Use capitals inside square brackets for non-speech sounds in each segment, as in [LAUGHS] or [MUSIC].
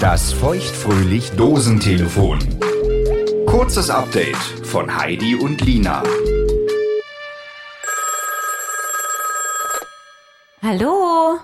Das feuchtfröhlich Dosentelefon. Kurzes Update von Heidi und Lina. Hallo,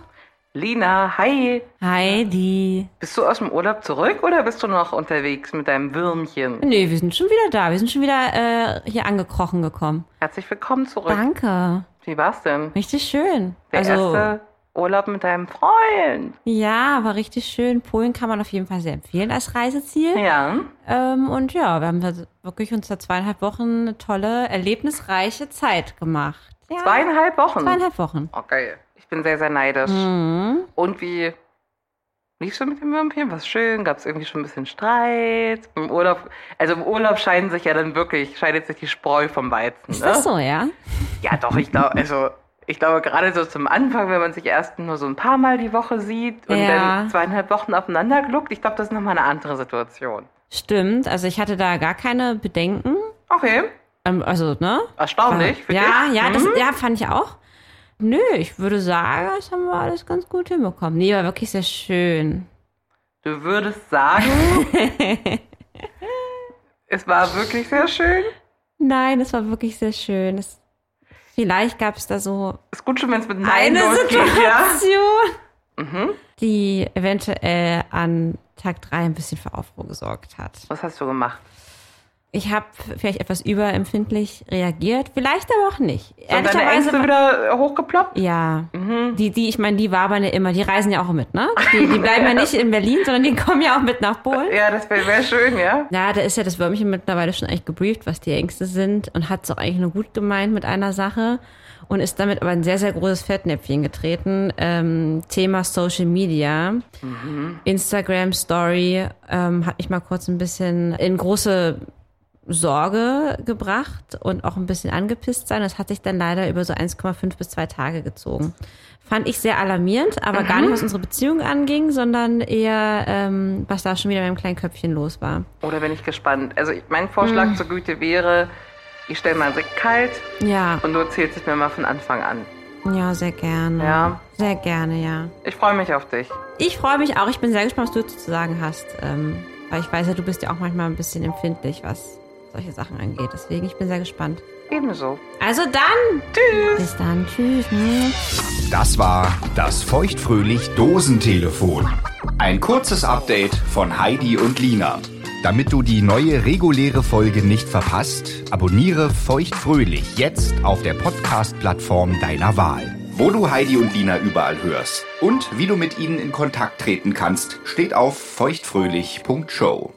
Lina, hi. Heidi. Bist du aus dem Urlaub zurück oder bist du noch unterwegs mit deinem Würmchen? Nee, wir sind schon wieder da. Wir sind schon wieder äh, hier angekrochen gekommen. Herzlich willkommen zurück. Danke. Wie war's denn? Richtig schön. Also, Der erste Urlaub mit deinem Freund. ja, war richtig schön. Polen kann man auf jeden Fall sehr empfehlen als Reiseziel. Ja. Ähm, und ja, wir haben da wirklich uns da zweieinhalb Wochen eine tolle, erlebnisreiche Zeit gemacht. Ja, Zweieinhalb Wochen. zweieinhalb Wochen. Okay. Ich bin sehr, sehr neidisch. Mhm. Und wie lief's denn mit dem Würmchen? Was schön? Gab's irgendwie schon ein bisschen Streit? Im Urlaub, also im Urlaub scheiden sich ja dann wirklich, scheidet sich die Spreu vom Weizen. Ist ne? das so, ja? Ja, doch, ich glaube, also ich glaube, gerade so zum Anfang, wenn man sich erst nur so ein paar Mal die Woche sieht und Ja. dann zweieinhalb Wochen aufeinander gluckt, ich glaube, das ist nochmal eine andere Situation. Stimmt. Also ich hatte da gar keine Bedenken. Okay, Ähm, also, ne? erstaunlich. für Ja, dich. ja, das, Hm? ja, fand ich auch. Nö, ich würde sagen, das haben wir alles ganz gut hinbekommen. Nee, war wirklich sehr schön. Du würdest sagen, [LAUGHS] es war wirklich sehr schön. Nein, es war wirklich sehr schön. Es, vielleicht gab es da so Ist gut schon, wenn es mit Nein eine losgeht, Situation, ja? Mhm. die eventuell an Tag drei ein bisschen für Aufruhr gesorgt hat. Was hast du gemacht? Ich habe vielleicht etwas überempfindlich reagiert, vielleicht aber auch nicht. Sind deine Ängste Mhm. wieder hochgeploppt? Ja. Die, die, ich meine, die wabern ja immer, die reisen ja auch mit, ne? Die, die [LAUGHS] bleiben ja nicht in Berlin, sondern die kommen ja auch mit nach Polen. Ja, das wäre wär schön, ja? Na, da ist ja das Würmchen mittlerweile schon eigentlich gebrieft, was die Ängste sind und hat es auch eigentlich nur gut gemeint mit einer Sache und ist damit aber ein sehr, sehr großes Fettnäpfchen getreten. Ähm, Thema Social Media, Instagram Story ähm, hat mich mal kurz ein bisschen in große Sorge gebracht und auch ein bisschen angepisst sein. Das hat sich dann leider über so 1,5 bis 2 Tage gezogen. Fand ich sehr alarmierend, aber gar nicht, was unsere Beziehung anging, sondern eher, ähm, was da schon wieder mit meinem kleinen Köpfchen los war. Oder bin ich gespannt? Also, ich- mein Vorschlag Hm. zur Güte wäre, ich stelle meinen Sekt kalt Ja, und du erzählst es mir mal von Anfang an. ja, sehr gerne. Ja. Sehr gerne, ja. Ich freue mich auf dich. Ich freue mich auch. Ich bin sehr gespannt, was du zu sagen hast. Ähm, weil ich weiß ja, du bist ja auch manchmal ein bisschen empfindlich, was solche Sachen angeht. Deswegen, ich bin sehr gespannt. Ebenso. Also dann. Tschüss. Bis dann. Tschüss. ne? Das war das feuchtfröhlich Dosentelefon. Ein kurzes Update von Heidi und Lina. Damit du die neue reguläre Folge nicht verpasst, abonniere feuchtfröhlich jetzt auf der Podcast-Plattform deiner Wahl. Wo du Heidi und Lina überall hörst und wie du mit ihnen in Kontakt treten kannst, steht auf feuchtfröhlich.show.